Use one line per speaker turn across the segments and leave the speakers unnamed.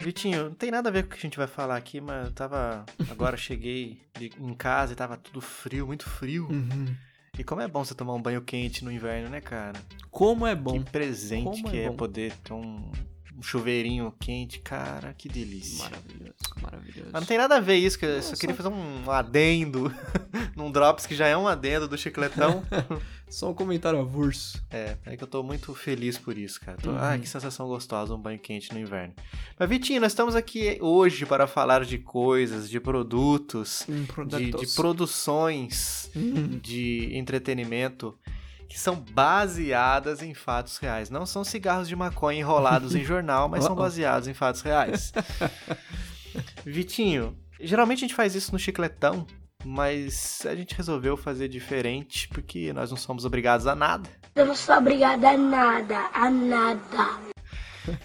Vitinho, não tem nada a ver com o que a gente vai falar aqui, mas eu tava. Agora cheguei de- em casa e tava tudo frio, muito frio.
Uhum.
E como é bom você tomar um banho quente no inverno, né, cara?
Como é bom.
que presente
como
que
é
é,
bom.
poder ter um, um chuveirinho quente, cara, que delícia.
Maravilhoso, maravilhoso.
Mas não tem nada a ver isso, que eu só
Nossa.
queria fazer um adendo num Drops que já é um adendo do chicletão.
Só um comentário avulso.
é, é que eu tô muito feliz por isso, cara. Tô-
Uhum.
Ah, que sensação gostosa, um banho quente no inverno. Mas, Vitinho, nós estamos aqui hoje para falar de coisas, de produtos,
Hum,
de,
produtos.
de produções
Hum,
de entretenimento que são baseadas em fatos reais. Não são cigarros de maconha enrolados em jornal, mas são
Uh-oh.
baseados em fatos reais. Vitinho, geralmente a gente faz isso no chicletão, mas a gente resolveu fazer diferente porque nós não somos obrigados a nada.
Eu não sou obrigada a nada, a nada.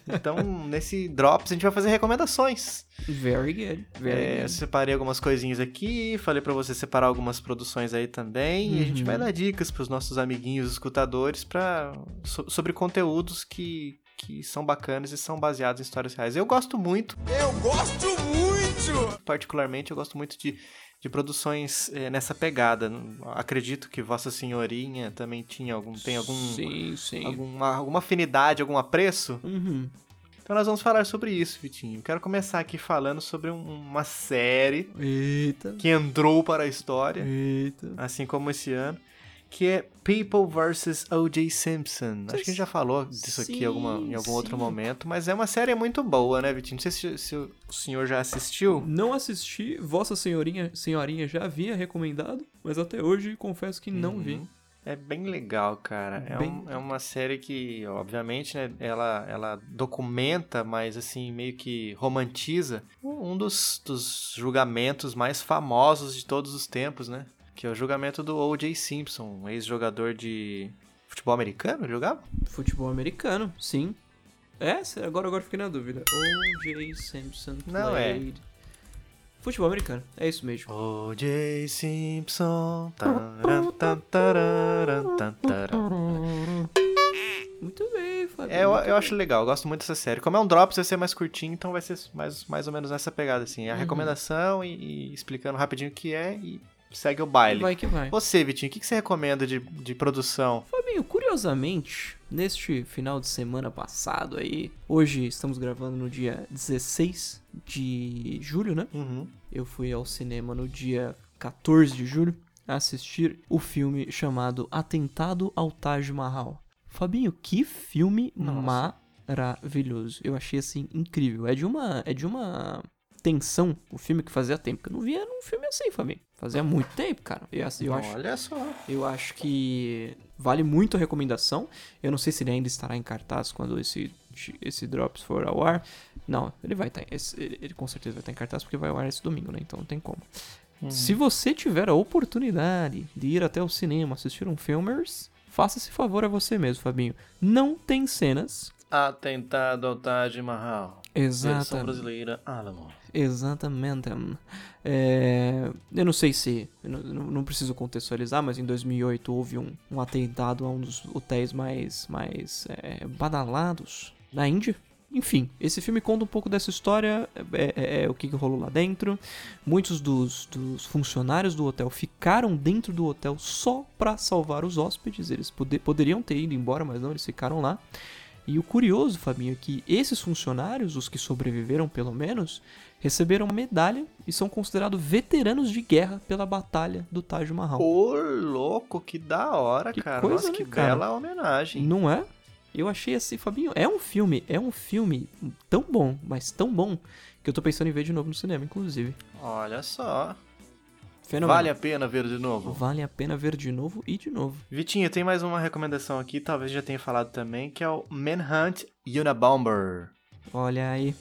Então, nesse Drops, a gente vai fazer recomendações.
Very good, very
É, eu
good.
separei algumas coisinhas aqui, falei pra você separar algumas produções aí também, e a gente
Uhum.
vai dar dicas pros nossos amiguinhos escutadores para sobre conteúdos que que são bacanas e são baseados em histórias reais. Eu gosto muito. Eu gosto muito. Particularmente, eu gosto muito de de produções eh, nessa pegada. Acredito que Vossa Senhorinha também tinha algum tem algum
Sim, sim.
alguma alguma afinidade, algum apreço
Uhum.
então nós vamos falar sobre isso, Vitinho. Quero começar aqui falando sobre um- uma série
Eita,
que entrou para a história,
eita.
assim como esse ano, que é People vs. O.J. Simpson. Acho que a gente já falou disso aqui
Sim,
alguma- em algum outro
sim.
momento, mas é uma série muito boa, né, Vitinho? Não sei se, se o senhor já assistiu.
Não assisti, Vossa Senhorinha, senhorinha já havia recomendado, mas até hoje confesso que não vi.
Uhum. É bem legal, cara. É,
Bem-
um- é uma série que, obviamente, né, ela, ela documenta, mas assim, meio que romantiza um dos, dos julgamentos mais famosos de todos os tempos, né? Que é o julgamento do O.J. Simpson, um ex-jogador de futebol americano, ele jogava?
Futebol americano, sim. É, sério, agora, agora fiquei na dúvida. O.J. Simpson
Não é.
played... Futebol americano, é isso mesmo.
O.J. Simpson. taran, tan, tararan, tan, taran.
Muito bem, Fábio.
É, eu,
muito
eu acho legal, eu gosto muito dessa série. Como é um Drops, vai ser mais curtinho, então vai ser mais, mais ou menos nessa pegada, assim. É a
Uhum.
recomendação e, e explicando rapidinho o que é e segue o baile.
Vai que vai.
Você, Vitinho, o que, que você recomenda de, de produção?
Fabinho, curiosamente, neste final de semana passado aí, hoje estamos gravando no dia 16 de julho, né?
Uhum.
Eu fui ao cinema no dia 14 de julho assistir o filme chamado Atentado ao Taj Mahal. Fabinho, que filme
Nossa.
maravilhoso. Eu achei assim incrível. É de uma é de uma tensão, o filme que fazia tempo que eu não via era um filme assim, Fabinho. Fazia muito tempo, cara. Eu, ass- eu acho
Olha só.
eu acho que vale muito a recomendação. Eu não sei se ele ainda estará em cartaz quando esse, esse Drops for ao ar. Não, ele vai estar. esse- ele, ele com certeza vai estar em cartaz porque vai ao ar esse domingo, né? Então não tem como. Se você tiver a oportunidade de ir até o cinema assistir um Filmers, faça esse favor a você mesmo, Fabinho. Não tem cenas.
Atentado ao Taj Mahal. Versão
Exatamente.
brasileira, Alamo.
Exatamente. É, eu não sei se. eu Não, não- não preciso contextualizar, mas em 2008 houve um, um atentado a um dos hotéis mais, mais é, badalados na Índia. Enfim, esse filme conta um pouco dessa história, é, é- é o que que rolou lá dentro. Muitos dos, dos funcionários do hotel ficaram dentro do hotel só pra salvar os hóspedes. Eles poder- poderiam ter ido embora, mas não, eles ficaram lá. E o curioso, Fabinho, é que esses funcionários, os que sobreviveram pelo menos, receberam uma medalha e são considerados veteranos de guerra pela batalha do Taj Mahal.
Ô, louco, que da hora,
Que
cara.
coisa,
Nossa,
né,
que
cara?
bela homenagem.
Não é? Eu achei assim, Fabinho, é um filme, é um filme tão bom, mas tão bom, que eu tô pensando em ver de novo no cinema, inclusive.
Olha só. Vale
Fenomenal.
a pena ver de novo.
Vale a pena ver de novo e de novo.
Vitinho, tem mais uma recomendação aqui, talvez já tenha falado também, que é o Manhunt Unabomber.
Olha aí.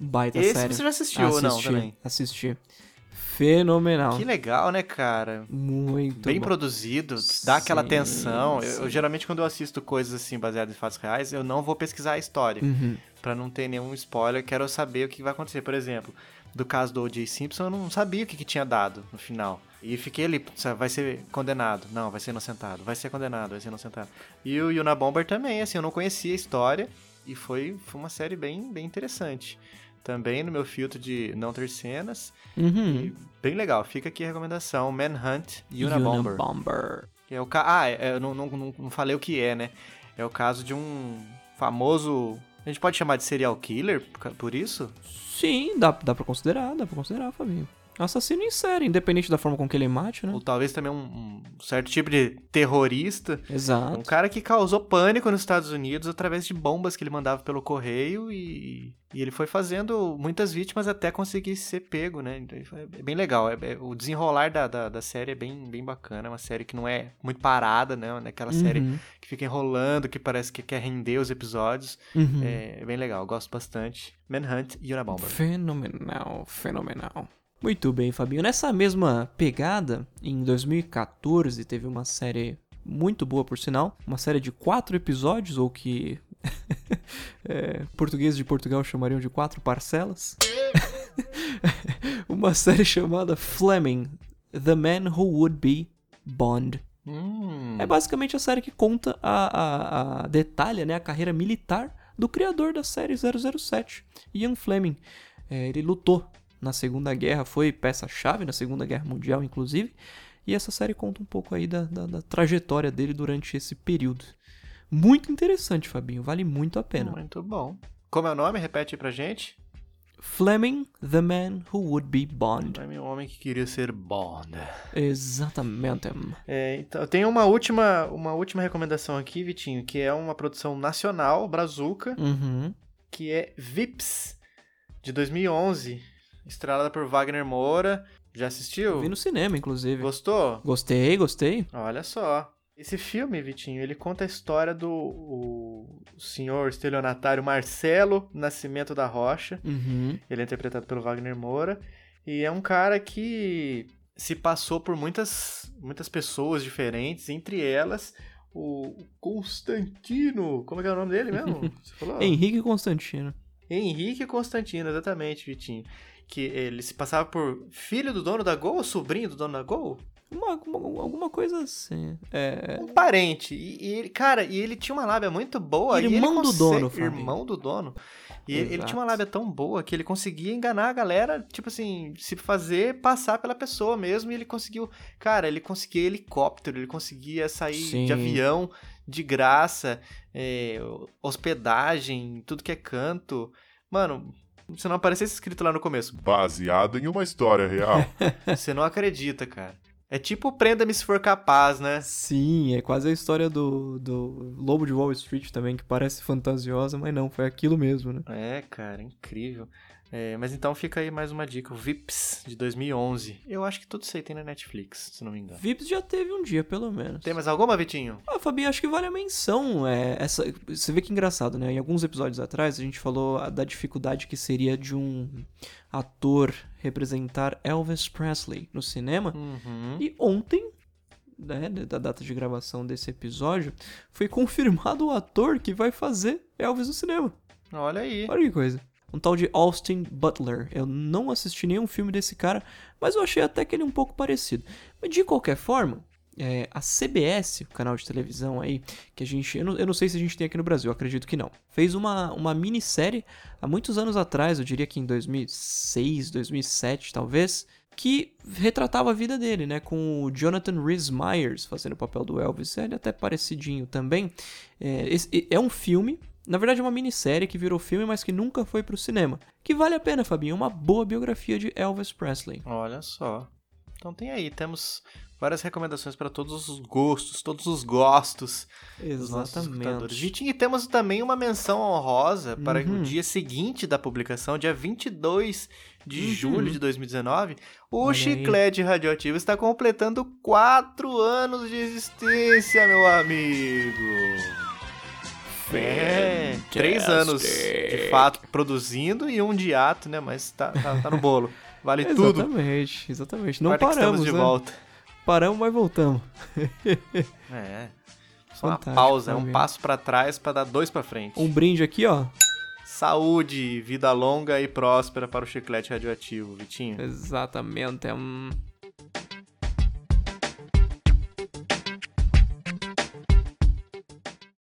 Baita
Esse
série.
você já assistiu ou não
É Ah, Assisti,
também?
Assisti. Fenomenal.
Que legal, né, cara?
Muito
Bem
bom.
produzido, dá aquela
Sim,
tensão. Eu- Eu,
sim.
geralmente quando eu assisto coisas assim baseadas em fatos reais, eu não vou pesquisar a história,
Uhum.
Pra não ter nenhum spoiler, quero saber o que vai acontecer. Por exemplo, do caso do O.J. Simpson, eu não sabia o que, que tinha dado no final. E fiquei ali, sabe, vai ser condenado. Não, vai ser inocentado. Vai ser condenado, vai ser inocentado. E o Yuna Bomber também, assim, eu não conhecia a história. E foi, foi uma série bem, bem interessante. também no meu filtro de não ter cenas.
Uhum.
Bem legal, fica aqui a recomendação: Manhunt Unabomber.
Unabomber.
É o ca... Ah, é- é, eu não, não, não- não falei o que é, né? É o caso de um famoso. A gente pode chamar de serial killer por ca- por isso?
Sim, dá, dá pra considerar, dá pra considerar, Fabinho. Assassino em série, independente da forma com que ele mate, né?
Ou talvez também um, um certo tipo de terrorista. Um
Exato.
cara que causou pânico nos Estados Unidos através de bombas que ele mandava pelo correio e, e ele foi fazendo muitas vítimas até conseguir ser pego, né? Então, É bem legal. é- é- o desenrolar da, da, da série é bem, bem bacana. É uma série que não é muito parada, né? Não é Aquela série
Uhum,
que fica enrolando, que parece que quer render os episódios.
uhum.
É, é bem legal, eu gosto bastante. Manhunt e Unabomber.
Fenomenal, fenomenal. Muito bem, Fabinho. Nessa mesma pegada, em 2014 teve uma série muito boa, por sinal. Uma série de quatro episódios, ou que é, portugueses de Portugal chamariam de quatro parcelas. uma série chamada Fleming, The Man Who Would Be Bond.
Hum,
É basicamente a série que conta a, a- a- detalha, né, a carreira militar do criador da série 007, Ian Fleming. É, ele lutou na Segunda Guerra, foi peça-chave na Segunda Guerra Mundial, inclusive. E essa série conta um pouco aí da, da- da trajetória dele durante esse período. Muito interessante, Fabinho. Vale muito a pena.
muito bom. Como é o nome? Repete aí pra gente.
Fleming, The Man Who Would Be Bond.
Nome O homem que queria ser Bond.
Exatamente.
É, então, eu tenho uma última, uma última recomendação aqui, Vitinho, que é uma produção nacional, Brazuca,
Uhum.
que é Vips, de 2011, estrelada por Wagner Moura. Já assistiu?
Vi no cinema, inclusive.
Gostou?
Gostei, gostei.
Olha só. Esse filme, Vitinho, ele conta a história do o senhor estelionatário Marcelo Nascimento da Rocha,
Uhum.
ele é interpretado pelo Wagner Moura. E é um cara que se passou por muitas, muitas pessoas diferentes, entre elas o Constantino. Como é que é o nome dele mesmo? Você falou?
Henrique Constantino.
Henrique Constantino, exatamente, Vitinho. Que ele se passava por filho do dono da Gol ou sobrinho do dono da Gol?
Uma, uma- alguma coisa assim. É.
Um parente. E, e ele- cara, e ele tinha uma lábia muito boa. e ele
Irmão do
conse-
dono, Fábio.
Irmão do dono. E ele, ele
Exato.
tinha uma lábia tão boa que ele conseguia enganar a galera, tipo assim, se fazer passar pela pessoa mesmo. E ele conseguiu. Cara, ele conseguia helicóptero, ele conseguia sair
Sim.
de avião de graça, é, hospedagem, tudo que é canto. Mano. Se não aparecesse escrito lá no começo,
baseado em uma história real.
você não acredita, cara. É tipo prenda-me se for capaz, né?
Sim, é quase a história do, do Lobo de Wall Street também, que parece fantasiosa, mas não, foi aquilo mesmo, né?
É, cara, incrível. É, mas então fica aí mais uma dica, o Vips de 2011. Eu acho que tudo isso aí tem na Netflix, se não me engano.
Vips já teve um dia, pelo menos.
Tem mais alguma, Vitinho?
Ah, Fabinho, acho que vale a menção. é, essa, você vê que é engraçado, né? Em alguns episódios atrás, a gente falou a- da dificuldade que seria de um ator representar Elvis Presley no cinema.
Uhum.
E ontem, né, da data de gravação desse episódio, foi confirmado o ator que vai fazer Elvis no cinema.
Olha aí.
Olha que coisa. Um tal de Austin Butler. Eu não assisti nenhum filme desse cara, mas eu achei até que ele um pouco parecido. Mas de qualquer forma, é, a CBS, o canal de televisão aí, que a gente. Eu não, eu não sei se a gente tem aqui no Brasil, eu acredito que não. Fez uma, uma minissérie há muitos anos atrás, eu diria que em 2006, 2007 talvez, que retratava a vida dele, né? Com o Jonathan Rhys Myers fazendo o papel do Elvis. Ele é até parecidinho também. É, esse- é um filme na verdade, é uma minissérie que virou filme, mas que nunca foi pro cinema. Que vale a pena, Fabinho, é uma boa biografia de Elvis Presley.
Olha só. Então tem aí, temos várias recomendações para todos os gostos, todos os gostos dos nossos escutadores. Vitinho, e temos também uma menção honrosa para
Uhum.
o dia seguinte da publicação, dia 22 de
Uhum.
julho de 2019, o
Olha aí.
Chiclete Radioativo está completando quatro anos de existência, meu amigo. É, três anos de fato produzindo e um de ato, né? Mas tá, tá, tá no bolo. Vale tudo.
Exatamente, exatamente. Não
Quarta que
paramos,
estamos de
né?
volta.
Paramos, mas voltamos.
É. Só uma
Fantástico,
pausa, é um
Fabinho.
passo pra trás pra dar dois pra frente.
Um brinde aqui, ó.
Saúde, vida longa e próspera para o chiclete radioativo, Vitinho.
Exatamente. hum.